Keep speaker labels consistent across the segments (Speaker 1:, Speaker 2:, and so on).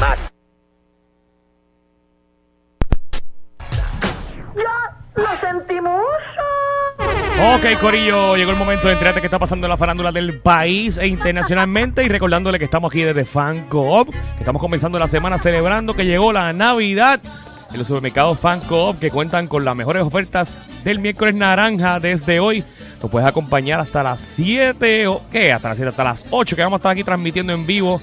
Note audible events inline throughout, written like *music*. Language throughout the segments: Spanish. Speaker 1: más.
Speaker 2: Lo, lo sentí mucho.
Speaker 3: Ok, Corillo, llegó el momento de enterarte qué está pasando en la farándula del país e internacionalmente y recordándole que estamos aquí desde FanCoop, que estamos comenzando la semana celebrando que llegó la Navidad en los supermercados FanCoop que cuentan con las mejores ofertas del miércoles naranja desde hoy. Nos puedes acompañar hasta las 7 o qué, hasta las 7, hasta las 8 que vamos a estar aquí transmitiendo en vivo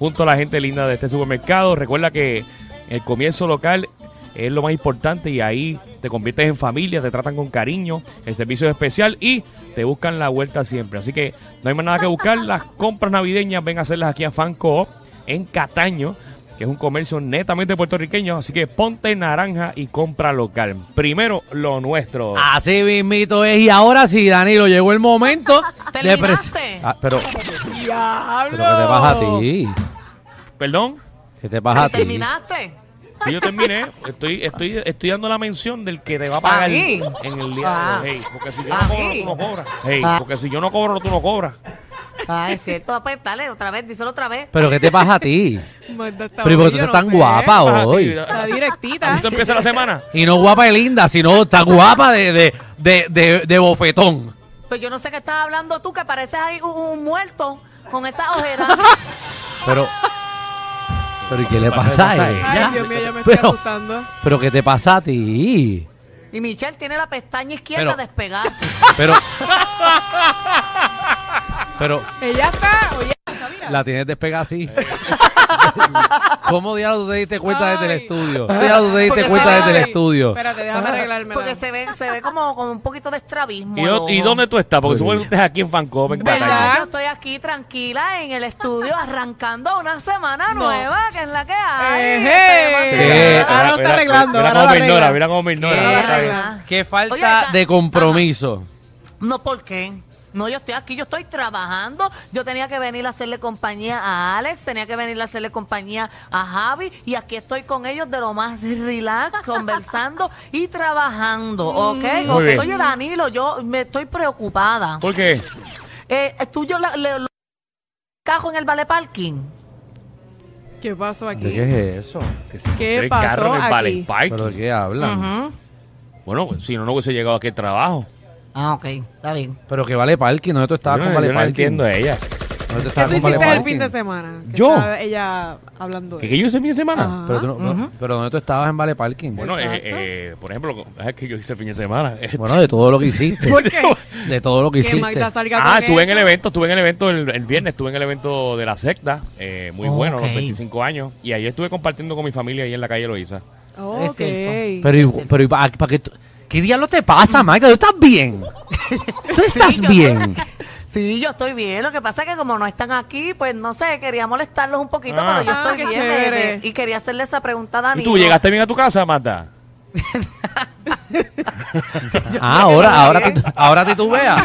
Speaker 3: junto a la gente linda de este supermercado. Recuerda que el comienzo local es lo más importante y ahí te conviertes en familia, te tratan con cariño, el servicio es especial y te buscan la vuelta siempre. Así que no hay más nada que buscar, las compras navideñas ven a hacerlas aquí a Fanco en Cataño, que es un comercio netamente puertorriqueño, así que ponte naranja y compra local. Primero lo nuestro.
Speaker 4: Así mismito es. Y ahora sí, Danilo, llegó el momento
Speaker 5: *laughs*
Speaker 6: ¿Te
Speaker 4: de
Speaker 6: eliminaste?
Speaker 4: pres- Ah, pero, pero ¿qué te pasa a ti?
Speaker 3: Perdón,
Speaker 4: ¿Qué Ah, te pasa a ti?
Speaker 6: ¿Terminaste?
Speaker 3: que yo terminé, estoy, estoy, estoy dando la mención del que te va a pagar
Speaker 6: mí?
Speaker 3: en el día de hoy. Hey, porque si yo
Speaker 6: ¿A
Speaker 3: no cobro,
Speaker 6: mí?
Speaker 3: tú no cobras. Hey,
Speaker 6: Ah.
Speaker 3: porque si yo no cobro, tú no cobras.
Speaker 6: Ah, es cierto. Pues dale, otra vez, díselo otra vez.
Speaker 4: ¿Pero qué te pasa a
Speaker 5: *laughs*
Speaker 4: ti?
Speaker 5: Manda hasta
Speaker 4: Pero ¿y por qué
Speaker 5: hoy,
Speaker 4: tú
Speaker 5: yo
Speaker 4: estás tan
Speaker 5: no sé.
Speaker 3: *laughs*
Speaker 4: guapa
Speaker 3: Baja,
Speaker 4: Ah, hoy?
Speaker 3: tío.
Speaker 5: Está directita.
Speaker 3: Así tú empiezas la semana.
Speaker 4: Y no guapa y linda, sino tan guapa de, de, de, de, de bofetón.
Speaker 6: Pues yo no sé qué estás hablando tú, que pareces ahí un, un muerto con esa ojera.
Speaker 4: Pero, pero ¿y qué le pasa a ella?
Speaker 5: Ay, Dios mío, ya me estoy
Speaker 4: Pero,
Speaker 5: asustando.
Speaker 4: pero ¿qué te pasa a ti?
Speaker 6: y Michelle tiene la pestaña izquierda
Speaker 4: Pero-
Speaker 6: despegada.
Speaker 5: *laughs*
Speaker 4: Pero, pero
Speaker 5: Ella está, oye, está, mira.
Speaker 4: la tienes despegada así.
Speaker 3: Eh.
Speaker 4: *laughs* ¿Cómo diablos tú te diste cuenta desde el
Speaker 5: Ay.
Speaker 4: estudio? ¿Cómo diablos tú te diste
Speaker 6: Porque
Speaker 4: cuenta
Speaker 5: Ay,
Speaker 4: desde el estudio? Ah,
Speaker 5: Espérate, déjame arreglármela.
Speaker 6: Porque se ve, se ve como, como un poquito de estrabismo.
Speaker 3: ¿Y,
Speaker 6: el
Speaker 3: yo-
Speaker 6: ojo.
Speaker 3: y dónde tú estás? Porque
Speaker 4: Uy.
Speaker 3: supongo que tú estás aquí en Vancouver, en
Speaker 5: ¿Verdad?
Speaker 3: Cataño.
Speaker 6: Ah, Yo estoy aquí tranquila en el estudio arrancando una semana
Speaker 5: No.
Speaker 6: nueva, que es la que hay.
Speaker 3: eh.
Speaker 5: Ejé.
Speaker 6: Esta
Speaker 4: Sí.
Speaker 6: semana-
Speaker 5: Ahora lo está arreglando,
Speaker 3: Mira
Speaker 5: ahora
Speaker 3: cómo
Speaker 5: lo
Speaker 3: me ignora,
Speaker 5: arregla.
Speaker 3: mira cómo me ignora.
Speaker 4: ¿Qué?
Speaker 3: Ahora está
Speaker 6: Ahora
Speaker 3: bien.
Speaker 6: está.
Speaker 4: Qué
Speaker 6: Oye, ahí
Speaker 4: falta
Speaker 6: está.
Speaker 4: de compromiso.
Speaker 6: No, ¿por qué? No, yo estoy aquí, yo estoy trabajando. Yo tenía que venir a hacerle compañía a Alex, tenía que venir a hacerle compañía a Javi y aquí estoy con ellos de lo más relax, *laughs* conversando y trabajando, ¿ok?
Speaker 3: Mm, Muy bien.
Speaker 6: Oye, Danilo, yo me estoy preocupada.
Speaker 3: ¿Por qué?
Speaker 6: Eh, ¿Tú yo la- le, lo cajo en el vale parking?
Speaker 5: ¿Qué pasó aquí?
Speaker 4: ¿De qué es eso?
Speaker 5: ¿Qué
Speaker 3: El carro
Speaker 5: pasó
Speaker 3: en el
Speaker 5: aquí?
Speaker 3: Valley Park.
Speaker 4: ¿Pero de qué hablan?
Speaker 6: Ujú.
Speaker 3: Bueno, pues, si no, no hubiese llegado aquí al trabajo.
Speaker 6: Ah, ok, está bien.
Speaker 4: Pero que vale parking, ¿dónde tú estabas
Speaker 3: yo
Speaker 4: con
Speaker 3: no,
Speaker 4: vale
Speaker 3: yo no
Speaker 4: parking?
Speaker 3: entiendo a ella.
Speaker 4: ¿Dónde tú estabas
Speaker 5: ¿Qué tú
Speaker 4: con vale
Speaker 5: hiciste el
Speaker 4: parking?
Speaker 5: fin de semana? Que
Speaker 4: ¿Yo?
Speaker 5: estaba ella hablando de
Speaker 3: ¿Qué, qué yo hice mi semana?
Speaker 5: Ajá.
Speaker 4: Pero, tú no- no- pero ¿dónde tú estabas en vale parking?
Speaker 3: Bueno, eh,
Speaker 5: Ah, Exacto.
Speaker 3: eh, por ejemplo, es que yo hice fin de semana. *laughs*
Speaker 4: Bueno, de todo lo que hiciste. *laughs*
Speaker 5: ¿Por qué?
Speaker 4: De todo lo que
Speaker 5: Que
Speaker 4: hiciste.
Speaker 5: Magda salga
Speaker 3: Ah,
Speaker 5: con
Speaker 3: estuve en
Speaker 5: eso.
Speaker 3: el evento, estuve en el evento el, el viernes, estuve en el evento de la secta, eh, muy
Speaker 6: Oh,
Speaker 3: bueno,
Speaker 6: ok.
Speaker 3: los 25 años. Y ayer estuve compartiendo con mi familia ahí en la calle Loiza.
Speaker 5: Ok.
Speaker 6: Es cierto.
Speaker 4: Pero, y- pero y pa- ¿para qué? tú- ¿Qué diablo te pasa, Magda? ¿Tú estás bien? ¿Tú estás
Speaker 6: yo-
Speaker 4: bien?
Speaker 6: Sí, yo estoy bien. Lo que pasa es que como no están aquí, pues no sé, quería molestarlos un poquito,
Speaker 3: Ah.
Speaker 6: pero yo
Speaker 5: Ah,
Speaker 6: estoy
Speaker 5: qué
Speaker 6: bien. de- de-
Speaker 5: chévere.
Speaker 6: y quería hacerle esa pregunta a Dani.
Speaker 3: ¿Y tú llegaste bien a tu casa, Marta?
Speaker 4: Ah, ahora, ahora, ti- ahora ti tú
Speaker 6: *laughs*
Speaker 4: veas.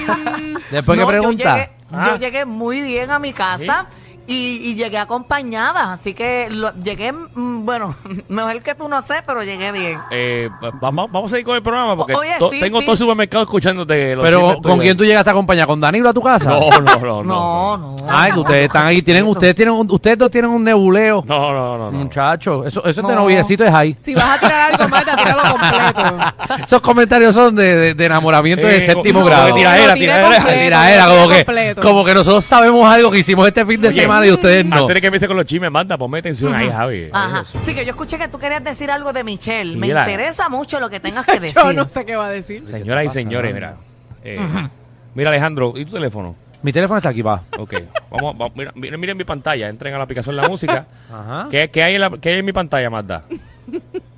Speaker 4: Después que pregunta.
Speaker 6: ¿eh? Mm. Yo llegué,
Speaker 3: Ah.
Speaker 6: yo llegué muy bien a mi casa. Y, y llegué acompañada, así que lo- llegué, mm, bueno, *laughs* mejor que tú no sé, pero llegué bien.
Speaker 3: Eh, va- va- vamos, a seguir con el programa porque
Speaker 6: Oye,
Speaker 3: to-
Speaker 6: sí,
Speaker 3: tengo
Speaker 6: sí.
Speaker 3: todo el supermercado escuchándote. los chismes
Speaker 4: Pero ¿con
Speaker 3: tuyos.
Speaker 4: quién tú llegaste a acompañar? ¿Con Danilo a tu casa?
Speaker 3: No, no, no. No,
Speaker 6: No, no.
Speaker 4: Ay, que ustedes están ahí, tienen, ustedes tienen, un- ustedes dos tienen un nebuleo.
Speaker 3: no, no, no, no.
Speaker 4: Muchachos, eso, eso es de
Speaker 6: No.
Speaker 4: noviecito es ahí.
Speaker 5: Si vas a tirar algo,
Speaker 4: *laughs*
Speaker 5: Magda, tíralo completo.
Speaker 4: Esos comentarios son de, de- de enamoramiento
Speaker 3: Eh,
Speaker 4: de séptimo
Speaker 3: no,
Speaker 4: grado.
Speaker 3: no,
Speaker 4: *laughs*
Speaker 3: tiradera,
Speaker 5: Lo tiré
Speaker 3: tiradera.
Speaker 5: completo,
Speaker 4: Tiradera,
Speaker 5: lo tiré
Speaker 4: como que,
Speaker 5: completo.
Speaker 4: como que nosotros sabemos algo que hicimos este fin de
Speaker 3: Oye,
Speaker 4: semana y ustedes no.
Speaker 3: Antes de que empiece con los chismes, manda, ponme atención ahí, Javi.
Speaker 6: Ajá. Sí, que yo escuché que tú querías decir algo de Michelle.
Speaker 3: Y
Speaker 6: Me
Speaker 3: la-
Speaker 6: interesa mucho lo que tengas que decir.
Speaker 5: Yo no sé qué va a decir. *laughs*
Speaker 3: Señoras y
Speaker 4: pasa,
Speaker 3: señores, mira.
Speaker 4: Nando?
Speaker 3: eh, mira, Alejandro, ¿y tu teléfono?
Speaker 4: Mi teléfono está aquí, va.
Speaker 3: Ok. vamos, vamos, mira, miren, miren mi pantalla. Entren a la aplicación La Música.
Speaker 6: Ah.
Speaker 4: Ajá.
Speaker 3: ¿Qué, qué hay en la- qué hay en mi pantalla, Marta?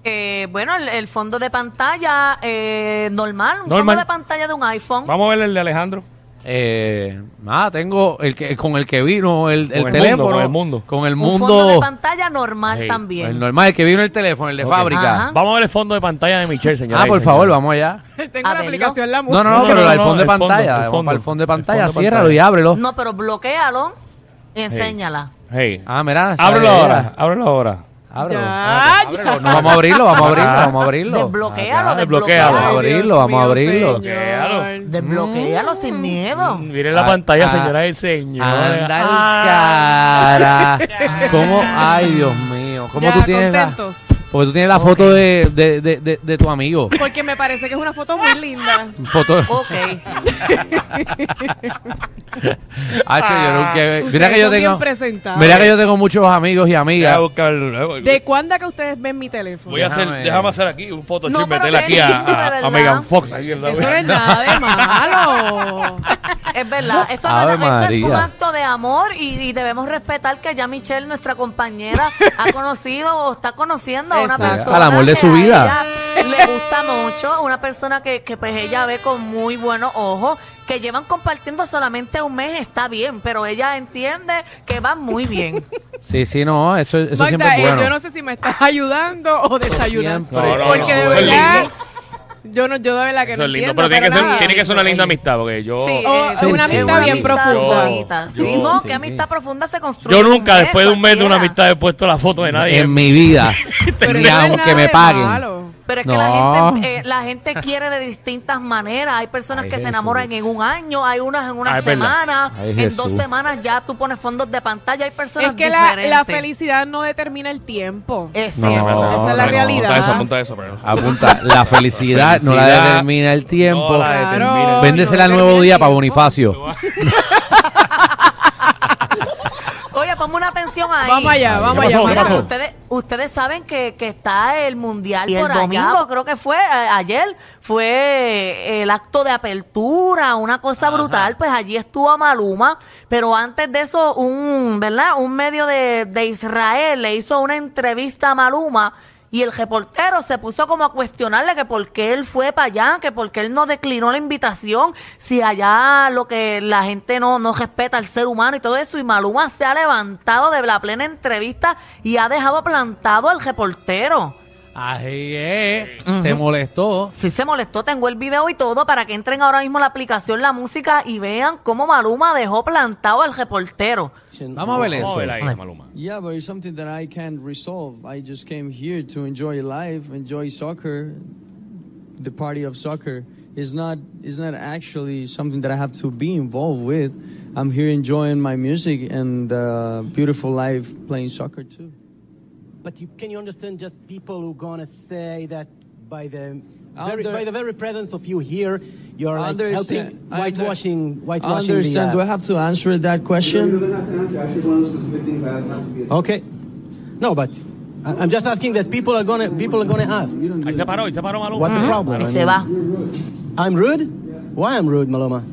Speaker 6: Eh, bueno, el, el fondo de pantalla eh, normal, un
Speaker 3: Normal.
Speaker 6: fondo de pantalla de un iPhone.
Speaker 3: Vamos a ver el de Alejandro.
Speaker 4: Eh, ah, tengo el que, con el que vino el, el
Speaker 3: Con el
Speaker 4: teléfono.
Speaker 3: mundo, con el mundo.
Speaker 4: Con el
Speaker 6: Un fondo de
Speaker 4: mundo.
Speaker 6: pantalla normal
Speaker 3: Sí,
Speaker 4: El
Speaker 6: también.
Speaker 4: normal, el que vino el teléfono, el de
Speaker 3: Ok.
Speaker 4: fábrica.
Speaker 6: Ajá.
Speaker 3: Vamos a ver el fondo de pantalla de Michelle, señora.
Speaker 4: Ah, por favor, vamos allá.
Speaker 5: Tengo
Speaker 6: A
Speaker 5: la
Speaker 6: verlo.
Speaker 5: aplicación la
Speaker 4: No,
Speaker 5: música.
Speaker 4: no, no,
Speaker 3: no,
Speaker 4: pero
Speaker 3: no,
Speaker 4: el
Speaker 3: no,
Speaker 4: fondo de
Speaker 3: el fondo,
Speaker 4: pantalla.
Speaker 3: el
Speaker 4: vamos
Speaker 3: fondo.
Speaker 4: para el fondo de
Speaker 3: El fondo
Speaker 4: pantalla,
Speaker 3: de
Speaker 4: ciérralo
Speaker 3: pantalla.
Speaker 4: y ábrelo.
Speaker 6: No, pero bloquealo y enséñala.
Speaker 3: Hey.
Speaker 4: Ah, mira. está
Speaker 3: ábrelo
Speaker 4: ahí,
Speaker 3: ahora, ábrelo ahora.
Speaker 4: Ábrelo.
Speaker 5: Ya,
Speaker 4: Ábrelo.
Speaker 5: ya.
Speaker 4: No, vamos a abrirlo, vamos a abrirlo, vamos a abrirlo.
Speaker 6: Desbloquéalo,
Speaker 4: Ah, ya,
Speaker 3: desbloquéalo.
Speaker 4: Vamos a abrirlo, vamos a abrirlo.
Speaker 6: Desbloquealo sin miedo.
Speaker 3: Miren la
Speaker 4: Ah,
Speaker 3: pantalla,
Speaker 4: ah,
Speaker 3: señoras y señores.
Speaker 4: Anda el
Speaker 3: Ah.
Speaker 4: cara. ¿Cómo? Ay, Dios mío. mío. ¿Cómo
Speaker 5: Ya,
Speaker 4: tú tienes la-
Speaker 5: contentos.
Speaker 4: Porque tú tienes la foto de, de, de, de- de tu amigo.
Speaker 5: Porque me parece que es una foto muy linda.
Speaker 4: Foto.
Speaker 6: Ok.
Speaker 4: Hacho, yo nunca- Mira que
Speaker 5: Ah, Ustedes
Speaker 4: yo
Speaker 5: son bien
Speaker 4: tengo.
Speaker 5: presentables.
Speaker 4: Mira que yo tengo muchos amigos y amigas.
Speaker 5: ¿De cuándo que ustedes ven mi teléfono?
Speaker 3: Voy a hacer,
Speaker 4: Déjame-
Speaker 3: déjame hacer aquí un Photoshop
Speaker 6: No,
Speaker 3: y
Speaker 6: pero
Speaker 3: meterle
Speaker 6: qué
Speaker 3: aquí a,
Speaker 6: lindo, de
Speaker 3: a- a
Speaker 6: verdad.
Speaker 3: Megan Fox. Ahí en la
Speaker 5: Eso no es nada de malo.
Speaker 6: Es verdad, eso, no
Speaker 4: Ave
Speaker 6: es nada, eso es un
Speaker 4: María.
Speaker 6: acto de amor y, y debemos respetar que ya Michelle, nuestra compañera,
Speaker 3: *laughs*
Speaker 6: ha conocido o está conociendo a una
Speaker 5: Exacto.
Speaker 6: persona
Speaker 4: Al amor de
Speaker 6: que
Speaker 4: su
Speaker 6: a
Speaker 4: vida.
Speaker 6: ella Le gusta mucho, una persona que, que pues ella ve con muy buenos ojos, que llevan compartiendo solamente un mes, está bien, pero ella entiende que va
Speaker 3: *laughs*
Speaker 6: muy bien.
Speaker 4: Sí, sí, no, eso, eso siempre
Speaker 5: Magda,
Speaker 4: es
Speaker 5: eh,
Speaker 4: bueno.
Speaker 5: yo no sé si me estás ayudando o desayunando.
Speaker 4: siempre. No, no,
Speaker 5: porque de
Speaker 3: no, eso es
Speaker 5: verdad,
Speaker 3: lindo.
Speaker 5: yo no, yo de verdad que
Speaker 3: Eso
Speaker 5: no
Speaker 3: es lindo,
Speaker 5: entiendo
Speaker 3: pero tiene que,
Speaker 5: para
Speaker 3: ser,
Speaker 5: nada.
Speaker 3: tiene que ser una linda amistad, porque yo...
Speaker 6: Sí,
Speaker 5: O-
Speaker 6: eso
Speaker 5: una
Speaker 6: es
Speaker 5: amistad bien profunda.
Speaker 6: bonita.
Speaker 3: Yo-
Speaker 6: Sí, no,
Speaker 4: sí,
Speaker 6: qué amistad
Speaker 4: sí.
Speaker 6: profunda se construye.
Speaker 3: Yo
Speaker 6: en
Speaker 3: nunca,
Speaker 6: mes,
Speaker 3: después de un mes de una
Speaker 6: cualquiera.
Speaker 3: amistad, he puesto la foto de nadie.
Speaker 4: en
Speaker 3: *laughs*
Speaker 4: mi vida.
Speaker 5: Pero
Speaker 4: ni
Speaker 5: eso no es
Speaker 4: aunque
Speaker 5: nada
Speaker 4: me
Speaker 5: de
Speaker 4: paguen.
Speaker 5: malo.
Speaker 6: Pero es que la
Speaker 4: No.
Speaker 6: gente eh, la gente quiere de distintas maneras. Hay personas
Speaker 4: Ay,
Speaker 6: que se
Speaker 4: Jesús.
Speaker 6: enamoran en un año, hay unas en una
Speaker 3: Ah, es verdad.
Speaker 6: semana,
Speaker 4: Ay,
Speaker 6: en
Speaker 4: Jesús.
Speaker 6: dos semanas ya tú pones fondos de pantalla. Hay personas
Speaker 5: Es que la,
Speaker 6: diferentes.
Speaker 5: la felicidad no determina el tiempo.
Speaker 6: Es
Speaker 4: No.
Speaker 6: cierto.
Speaker 5: Esa es la
Speaker 3: Apunta
Speaker 5: realidad.
Speaker 3: eso, apunta eso, pero...
Speaker 4: Apunta, la felicidad no la
Speaker 3: Felicidad.
Speaker 4: determina el tiempo.
Speaker 3: No la determina.
Speaker 5: Claro,
Speaker 4: Véndesela al
Speaker 5: no
Speaker 4: nuevo
Speaker 5: determina
Speaker 4: día
Speaker 5: el
Speaker 4: para
Speaker 5: tiempo.
Speaker 4: Bonifacio.
Speaker 6: Oye, ponme una atención ahí.
Speaker 5: Vamos allá, vamos
Speaker 3: ¿Qué
Speaker 5: allá.
Speaker 3: pasó?
Speaker 5: vamos
Speaker 3: ¿Qué
Speaker 6: Mira,
Speaker 5: allá.
Speaker 3: pasó?
Speaker 6: ustedes, ustedes saben que, que está el mundial
Speaker 5: Y el
Speaker 6: por allá, pues,
Speaker 5: domingo.
Speaker 6: creo que fue a- ayer, fue el acto de apertura, una cosa brutal, pues allí estuvo Maluma, pero antes de eso un, ¿verdad? Un medio de, de Israel le hizo una entrevista a Maluma y el reportero se puso como a cuestionarle que por qué él fue para allá, que por qué él no declinó la invitación, si allá lo que la gente no, no respeta al ser humano y todo eso. Y Maluma se ha levantado de la plena entrevista y ha dejado plantado al reportero.
Speaker 4: Así es. Se molestó.
Speaker 6: Sí se molestó, tengo el video y todo para que entren ahora mismo a la aplicación La Música y vean cómo Maluma dejó plantado al reportero.
Speaker 4: Vamos a ver
Speaker 3: Vamos a ver
Speaker 4: eso.
Speaker 3: ahí, Maluma.
Speaker 1: Yeah, but it's something that I can't resolve. I just came here to enjoy life, enjoy soccer, the party of soccer. It's not it's not actually something that I have to be involved with. I'm here enjoying my music and uh, beautiful life playing soccer too.
Speaker 7: But you, can you understand just people who gonna say that by the
Speaker 1: I
Speaker 7: very,
Speaker 1: under-
Speaker 7: by the very presence of you here, you are
Speaker 1: I
Speaker 7: like
Speaker 1: understand-
Speaker 7: helping
Speaker 1: I under-
Speaker 7: whitewashing
Speaker 1: I
Speaker 7: whitewashing.
Speaker 1: understand. Do
Speaker 7: The,
Speaker 1: I
Speaker 7: uh,
Speaker 1: have to answer that
Speaker 8: No, you
Speaker 1: question?
Speaker 8: don't have to answer. Actually, one of the specific things I asked not to be addressed.
Speaker 7: okay, no, but I, I'm just asking that people are gonna people are gonna ask.
Speaker 3: Ahí se paró, ahí se paró Maluma.
Speaker 7: What's the problem?
Speaker 6: Y Mm-hmm. se va.
Speaker 7: I'm rude. Why I'm rude, Maloma?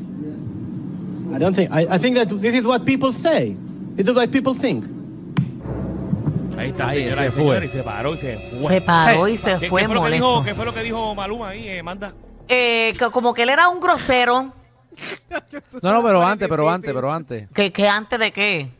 Speaker 7: I don't think. I, I think that this is what people say. This is what people think.
Speaker 3: Ahí está,
Speaker 4: Ahí,
Speaker 3: señora,
Speaker 4: se
Speaker 3: ahí,
Speaker 4: fue.
Speaker 3: señora, y se paró y se fue.
Speaker 6: Se paró y
Speaker 3: ¿Qué-
Speaker 6: se fue
Speaker 3: ¿Qué fue, lo que
Speaker 6: molesto.
Speaker 3: dijo, ¿Qué fue lo que dijo Maluma ahí, eh, Manda?
Speaker 6: Eh, que como que él era un grosero,
Speaker 4: No, no, pero antes, pero antes, pero antes.
Speaker 6: que, que antes de qué.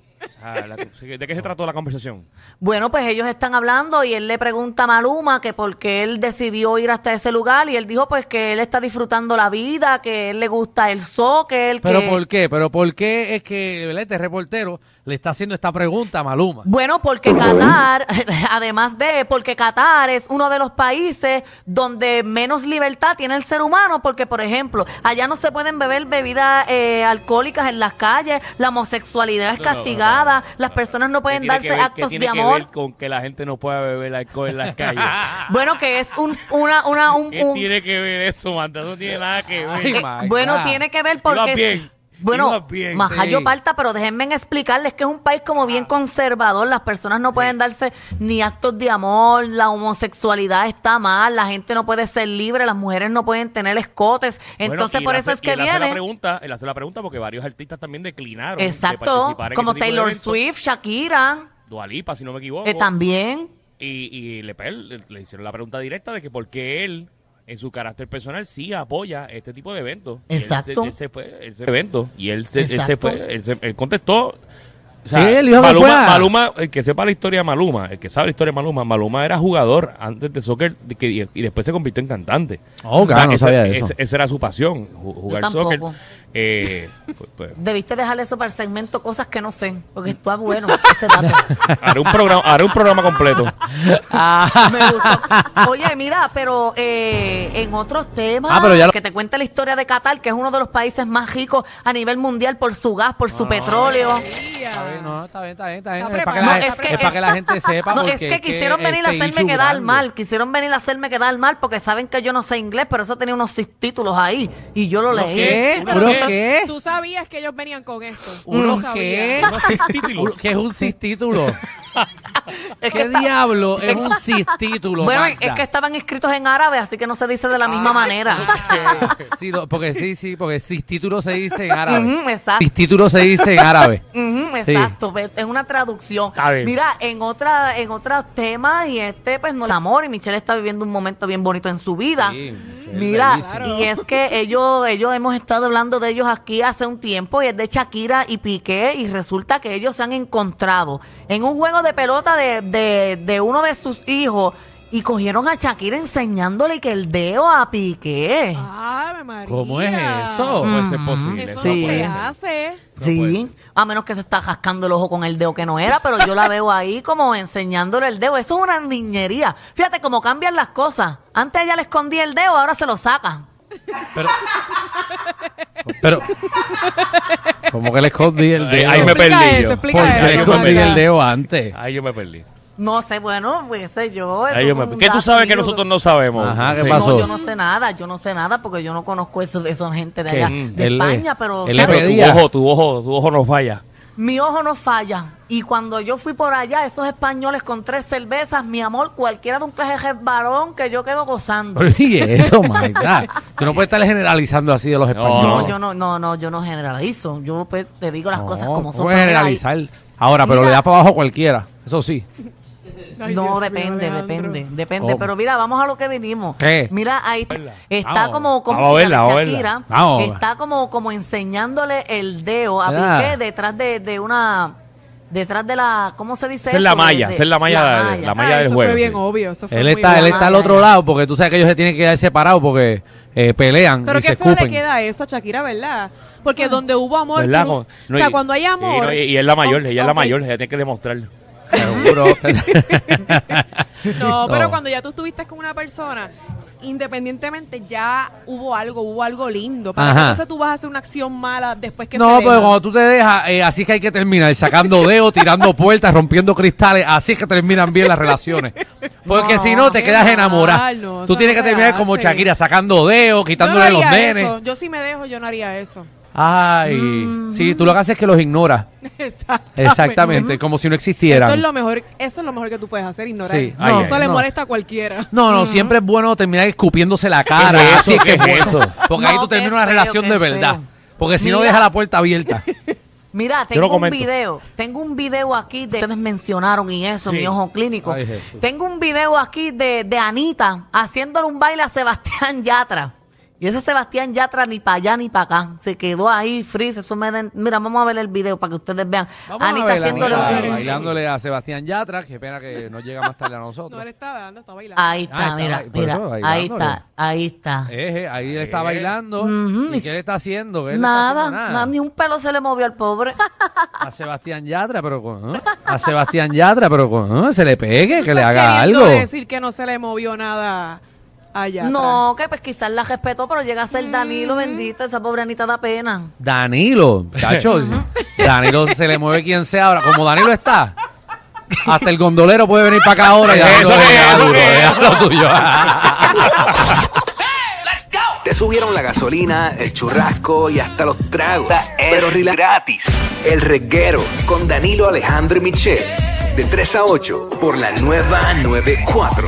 Speaker 3: Ah, la- ¿De qué se trató la conversación?
Speaker 6: Bueno, pues ellos están hablando y él le pregunta a Maluma que por qué él decidió ir hasta ese lugar y él dijo pues que él está disfrutando la vida, que él le gusta el soccer,
Speaker 4: Pero
Speaker 6: que...
Speaker 4: ¿por qué? Pero ¿por qué es que ¿verdad? este reportero le está haciendo esta pregunta a Maluma?
Speaker 6: Bueno, porque Qatar, *laughs* además de, porque Qatar es uno de los países donde menos libertad tiene el ser humano, porque por ejemplo, allá no se pueden beber bebidas eh, alcohólicas en las calles, la homosexualidad es
Speaker 3: No, no, no,
Speaker 6: castigada,
Speaker 3: no, no,
Speaker 6: las
Speaker 3: no,
Speaker 6: personas no pueden
Speaker 3: ¿Qué tiene
Speaker 6: darse
Speaker 3: que ver- qué
Speaker 6: actos
Speaker 3: tiene
Speaker 6: de
Speaker 3: que
Speaker 6: amor.
Speaker 3: ver con que la gente no pueda beber alcohol en las
Speaker 6: *laughs*
Speaker 3: calles?
Speaker 6: Bueno, que es un, una, una, un,
Speaker 3: ¿Qué
Speaker 6: un-
Speaker 3: tiene que ver eso, Manda? No tiene nada que
Speaker 4: Ay,
Speaker 3: ver.
Speaker 6: Eh,
Speaker 4: my
Speaker 6: bueno,
Speaker 4: God.
Speaker 6: tiene que ver
Speaker 3: Ibas
Speaker 6: porque...
Speaker 3: bien,
Speaker 6: Bueno,
Speaker 3: ibas bien,
Speaker 6: Majayo
Speaker 4: sí.
Speaker 6: Parta, pero déjenme explicarles que es un país como bien conservador. Las personas no pueden darse ni actos de amor, la homosexualidad está mal, la gente no puede ser libre, las mujeres no pueden tener escotes.
Speaker 3: Bueno,
Speaker 6: Entonces,
Speaker 3: y
Speaker 6: por
Speaker 3: él
Speaker 6: eso
Speaker 3: hace-
Speaker 6: es
Speaker 3: y
Speaker 6: que
Speaker 3: él hace la
Speaker 6: viene.
Speaker 3: pregunta, él hace la pregunta porque varios artistas también declinaron. de
Speaker 6: Exacto,
Speaker 3: participar en
Speaker 6: como
Speaker 3: este tipo de
Speaker 6: Taylor
Speaker 3: eventos. Oh,
Speaker 6: Swift, Shakira,
Speaker 3: Dualipa, si no me equivoco.
Speaker 6: eh, también.
Speaker 3: Y, y Lepel le, le hicieron la pregunta directa de que por qué él, en su carácter personal, sí apoya este tipo de eventos. Y él se-
Speaker 6: Exacto.
Speaker 3: Él se, fue, él se evento. Y él se, él se
Speaker 6: Exacto.
Speaker 3: fue, él, se- él contestó. o
Speaker 4: Sí, él dijo que
Speaker 3: Maluma,
Speaker 4: fuera.
Speaker 3: Maluma, el que sepa la historia de Maluma, el que sabe la historia de Maluma, Maluma era jugador antes de soccer de que- y, y después se convirtió en cantante.
Speaker 4: Oh,
Speaker 3: O sea,
Speaker 4: claro, no
Speaker 3: esa-
Speaker 4: sabía de eso.
Speaker 3: esa- esa era su pasión, ju- jugar
Speaker 6: tampoco.
Speaker 3: soccer. Eh, pues, pues,
Speaker 6: Debiste dejarle eso para el segmento Cosas que no sé, porque
Speaker 3: *laughs*
Speaker 6: está bueno ese dato.
Speaker 3: haré, un programa, haré un programa
Speaker 4: *laughs*
Speaker 3: completo.
Speaker 5: Ah.
Speaker 6: Me gustó. Oye, mira, pero eh, en otros temas,
Speaker 4: Ah, pero ya lo-
Speaker 6: que te cuente la
Speaker 4: Ah,
Speaker 6: historia de Qatar, que es uno de los países más ricos a nivel mundial por su gas, por su petróleo.
Speaker 5: Sí,
Speaker 4: Está bien, no, está bien, está bien, está bien. es para que
Speaker 5: Está preparado,
Speaker 4: la,
Speaker 5: está
Speaker 4: es
Speaker 5: preparado.
Speaker 4: para que la gente sepa.
Speaker 6: No,
Speaker 4: porque
Speaker 6: es que quisieron venir a
Speaker 4: este,
Speaker 6: hacerme
Speaker 4: issue
Speaker 6: quedar
Speaker 4: grande.
Speaker 6: mal, quisieron venir a hacerme quedar mal porque saben que yo no sé inglés, pero eso tenía unos subtítulos ahí y yo lo
Speaker 4: ¿Unos
Speaker 6: leí.
Speaker 4: qué?
Speaker 5: Pero
Speaker 4: ¿Unos
Speaker 5: tú-
Speaker 4: qué?
Speaker 5: Tú sabías que ellos venían con esto. Tú
Speaker 4: ¿Unos
Speaker 5: sabías.
Speaker 4: qué?
Speaker 3: Unos seis títulos.
Speaker 4: ¿Qué es un cistítulo?
Speaker 6: *laughs* Es que
Speaker 4: ¿Qué
Speaker 6: está-
Speaker 4: diablo es un cistítulo,
Speaker 6: Bueno,
Speaker 4: Magda? Ah,
Speaker 6: es que estaban escritos en árabe, así que no se dice de la misma manera.
Speaker 4: Sí, lo- porque sí, sí, porque cistítulo se dice en árabe.
Speaker 6: Ujú, exacto.
Speaker 4: Cistítulo se dice en
Speaker 6: *laughs*
Speaker 4: árabe.
Speaker 6: Ujú,
Speaker 4: Sí.
Speaker 6: exacto, ve- es una traducción.
Speaker 3: Está bien.
Speaker 6: Mira, en otra en otros temas y este pues no el amor y Michelle está viviendo un momento bien bonito en su vida.
Speaker 4: Sí, Michelle,
Speaker 6: Mira,
Speaker 4: bellísimo.
Speaker 6: y es que ellos ellos hemos estado hablando de ellos aquí hace un tiempo y es de Shakira y Piqué y resulta que ellos se han encontrado en un juego de pelota de, de, de uno de sus hijos y cogieron a Shakira enseñándole que el dedo a Piqué.
Speaker 5: Ave María.
Speaker 4: ¿Cómo es eso?
Speaker 3: ¿Cómo eso es posible?
Speaker 5: Eso
Speaker 6: Sí.
Speaker 5: no
Speaker 3: puede
Speaker 5: se
Speaker 3: ser.
Speaker 5: hace.
Speaker 6: Sí, a menos que se está jascando el ojo con el dedo que no era, pero yo la veo ahí como enseñándole el dedo. Eso es una niñería. Fíjate cómo cambian las cosas. Antes ella le escondía el dedo, ahora se lo saca.
Speaker 4: Pero. Pero. *laughs* ¿Cómo que le escondí el
Speaker 3: Ahí-
Speaker 4: dedo?
Speaker 3: ahí me
Speaker 5: Explica
Speaker 3: perdí
Speaker 5: eso,
Speaker 3: yo.
Speaker 5: explica
Speaker 4: ¿Por
Speaker 3: Porque
Speaker 4: qué
Speaker 5: eso,
Speaker 4: le
Speaker 3: ahí yo me
Speaker 4: escondí
Speaker 5: Magda.
Speaker 4: el
Speaker 3: perdí.
Speaker 4: dedo antes?
Speaker 3: Ahí yo me perdí.
Speaker 6: No sé, bueno, pues sé yo. eso
Speaker 3: Ahí yo
Speaker 6: fue
Speaker 3: me
Speaker 6: un
Speaker 3: perdí. ¿Qué tú sabes que
Speaker 6: gatillo.
Speaker 3: nosotros no sabemos?
Speaker 4: Ajá, ¿qué
Speaker 3: Sí.
Speaker 4: pasó?
Speaker 6: No, yo no sé nada, yo no sé nada porque yo no conozco eso de esa gente de
Speaker 4: ¿Qué?
Speaker 6: allá, de
Speaker 4: Él le-
Speaker 6: España, pero
Speaker 4: él le
Speaker 6: ¿sabes?
Speaker 3: Pero tu
Speaker 4: Pedía.
Speaker 3: ojo, tu ojo, tu ojo no falla.
Speaker 6: mi ojo no falla. Y cuando yo fui por allá, esos españoles con tres cervezas, mi amor, cualquiera de un clase varón que yo quedo gozando.
Speaker 4: Pero, ¿Y eso, Magda? Tú no puedes estar generalizando así de los españoles.
Speaker 6: No,
Speaker 3: No.
Speaker 6: yo no, no, no, yo no generalizo. Yo pues, te digo las cosas
Speaker 4: No,
Speaker 6: como son.
Speaker 4: ¿cómo puedes
Speaker 6: Pero mira,
Speaker 4: generalizar. Ahora, pero
Speaker 6: Mira.
Speaker 4: le da para abajo cualquiera. Eso sí.
Speaker 5: Pues Ay,
Speaker 6: no,
Speaker 5: Dios mío,
Speaker 6: depende,
Speaker 5: Alejandro.
Speaker 6: depende, depende.
Speaker 4: Oh.
Speaker 6: Pero mira, vamos a lo que vinimos.
Speaker 4: ¿Qué?
Speaker 6: Mira, ahí está, está
Speaker 4: Vamos.
Speaker 6: como, como
Speaker 3: Vamos a
Speaker 6: se llama
Speaker 3: verla, vamos a verla.
Speaker 6: Shakira,
Speaker 4: Vamos.
Speaker 6: está como, como enseñándole el dedo a
Speaker 4: Mira.
Speaker 6: Piqué detrás de, de una, detrás de la, ¿cómo se
Speaker 3: Esa
Speaker 6: dice
Speaker 3: es
Speaker 6: eso?
Speaker 3: la
Speaker 6: De-
Speaker 3: malla,
Speaker 6: de-
Speaker 3: esa es la malla de- la malla
Speaker 5: Ah,
Speaker 3: del
Speaker 5: eso
Speaker 3: juego,
Speaker 5: fue bien
Speaker 3: sí.
Speaker 5: obvio. Eso fue
Speaker 4: Él
Speaker 5: muy
Speaker 4: está, él
Speaker 5: obvio.
Speaker 4: está al otro lado porque tú sabes que ellos se tienen que quedar separados porque eh, pelean
Speaker 5: Pero
Speaker 4: y se
Speaker 5: qué feo le
Speaker 4: escupen.
Speaker 5: queda eso a Shakira, ¿verdad? Porque donde hubo amor,
Speaker 3: ¿Verdad?
Speaker 5: tú-
Speaker 3: No,
Speaker 5: o sea,
Speaker 3: y-
Speaker 5: cuando hay
Speaker 3: Y,
Speaker 5: amor...
Speaker 3: no, y- y es la mayor, ella es la
Speaker 5: Ok.
Speaker 3: mayor, ella tiene que demostrarlo.
Speaker 5: *laughs*
Speaker 4: Seguro. *laughs*
Speaker 5: No,
Speaker 4: No.
Speaker 5: pero cuando ya tú estuviste con una persona, independientemente ya hubo algo, hubo algo lindo. ¿Para qué
Speaker 4: Ajá.
Speaker 5: entonces tú vas a hacer una acción mala después que
Speaker 4: no, pues,
Speaker 5: se
Speaker 4: pero
Speaker 5: dejan?
Speaker 4: cuando tú te dejas, eh, así es que hay que terminar, sacando dedos, tirando puertas, rompiendo cristales, así es que terminan bien las relaciones. Porque
Speaker 6: No,
Speaker 4: si no, te
Speaker 5: qué
Speaker 4: quedas
Speaker 5: mal,
Speaker 4: enamorada.
Speaker 5: no,
Speaker 4: tú
Speaker 5: eso
Speaker 4: tienes
Speaker 5: no
Speaker 4: que
Speaker 5: se
Speaker 4: terminar como
Speaker 5: hace.
Speaker 4: Shakira, sacando dedos,
Speaker 5: Yo no
Speaker 4: quitándole los
Speaker 5: haría
Speaker 4: nenes.
Speaker 5: eso. Yo si me dejo, yo no haría eso.
Speaker 4: Ay, sí, tú lo que haces es que los
Speaker 6: *laughs*
Speaker 4: ignoras.
Speaker 5: *laughs* Exactamente.
Speaker 4: Exactamente, como si no existieran.
Speaker 5: Eso es lo mejor, eso es lo mejor que tú puedes hacer, ignorar.
Speaker 4: Sí,
Speaker 5: no,
Speaker 4: ay,
Speaker 5: eso
Speaker 4: ay,
Speaker 5: le
Speaker 4: no.
Speaker 5: molesta
Speaker 4: *laughs*
Speaker 5: a cualquiera.
Speaker 4: No,
Speaker 6: Mm.
Speaker 4: no, siempre es bueno terminar escupiéndose la cara.
Speaker 3: ¿Qué es
Speaker 4: así
Speaker 3: eso?
Speaker 4: es que
Speaker 3: ¿Qué es
Speaker 4: es
Speaker 3: eso?
Speaker 4: eso. Porque ahí
Speaker 6: No,
Speaker 4: tú
Speaker 6: qué
Speaker 4: terminas una
Speaker 6: feo,
Speaker 4: relación
Speaker 6: qué
Speaker 4: de verdad.
Speaker 6: feo.
Speaker 4: Porque si no,
Speaker 6: Mira.
Speaker 4: deja la puerta
Speaker 6: *laughs*
Speaker 4: abierta.
Speaker 6: Mira,
Speaker 3: Yo no
Speaker 6: tengo un
Speaker 3: comento.
Speaker 6: video, tengo un video aquí de ustedes mencionaron y eso,
Speaker 4: Sí.
Speaker 6: mi ojo clínico.
Speaker 4: Ay, Jesús.
Speaker 6: tengo un video aquí de, de Anita haciéndole un baile a Sebastián Yatra. Y ese Sebastián Yatra ni para allá ni para acá. Se quedó ahí, freeze. Eso me den- Mira, vamos a ver el video para que ustedes vean. Anita haciéndole
Speaker 5: Anita,
Speaker 6: un
Speaker 5: baila.
Speaker 4: bailándole a Sebastián Yatra. Qué pena que no llega más tarde a
Speaker 5: No
Speaker 4: nosotros.
Speaker 5: le está dando, está bailando.
Speaker 6: Ahí está,
Speaker 4: Ah, está
Speaker 6: mira,
Speaker 4: bail- por
Speaker 6: mira.
Speaker 4: eso, Eh,
Speaker 6: ahí
Speaker 4: bailándole.
Speaker 6: está, ahí está.
Speaker 4: Eje, ahí él está bailando.
Speaker 6: Ujú,
Speaker 4: ¿Y
Speaker 6: y
Speaker 4: qué le está haciendo? ¿Qué le está
Speaker 6: Nada,
Speaker 4: haciendo? Nada.
Speaker 6: nada, ni un pelo se le movió al pobre.
Speaker 4: A Sebastián Yatra, pero con. ¿eh? A Sebastián Yatra, pero con. ¿eh? Se le pegue, que le haga
Speaker 5: Queriendo
Speaker 4: algo.
Speaker 5: decir que no se le movió nada allá.
Speaker 6: No, que pues quizás la respetó, pero llega a ser Danilo,
Speaker 4: Mm.
Speaker 6: bendito. Esa pobre Anita da pena.
Speaker 4: Danilo, chacho. Danilo se le mueve quien sea ahora. Como Danilo está. Hasta el gondolero puede venir para acá ahora y
Speaker 3: Eso
Speaker 4: Danilo
Speaker 3: es,
Speaker 4: le da
Speaker 3: eso
Speaker 4: duro,
Speaker 3: es.
Speaker 4: le da lo suyo.
Speaker 9: Te subieron la gasolina, el churrasco y hasta los tragos. pero rela-
Speaker 10: gratis.
Speaker 9: El reguero con Danilo Alejandro y Michel. De 3 a 8 por la nueva 94.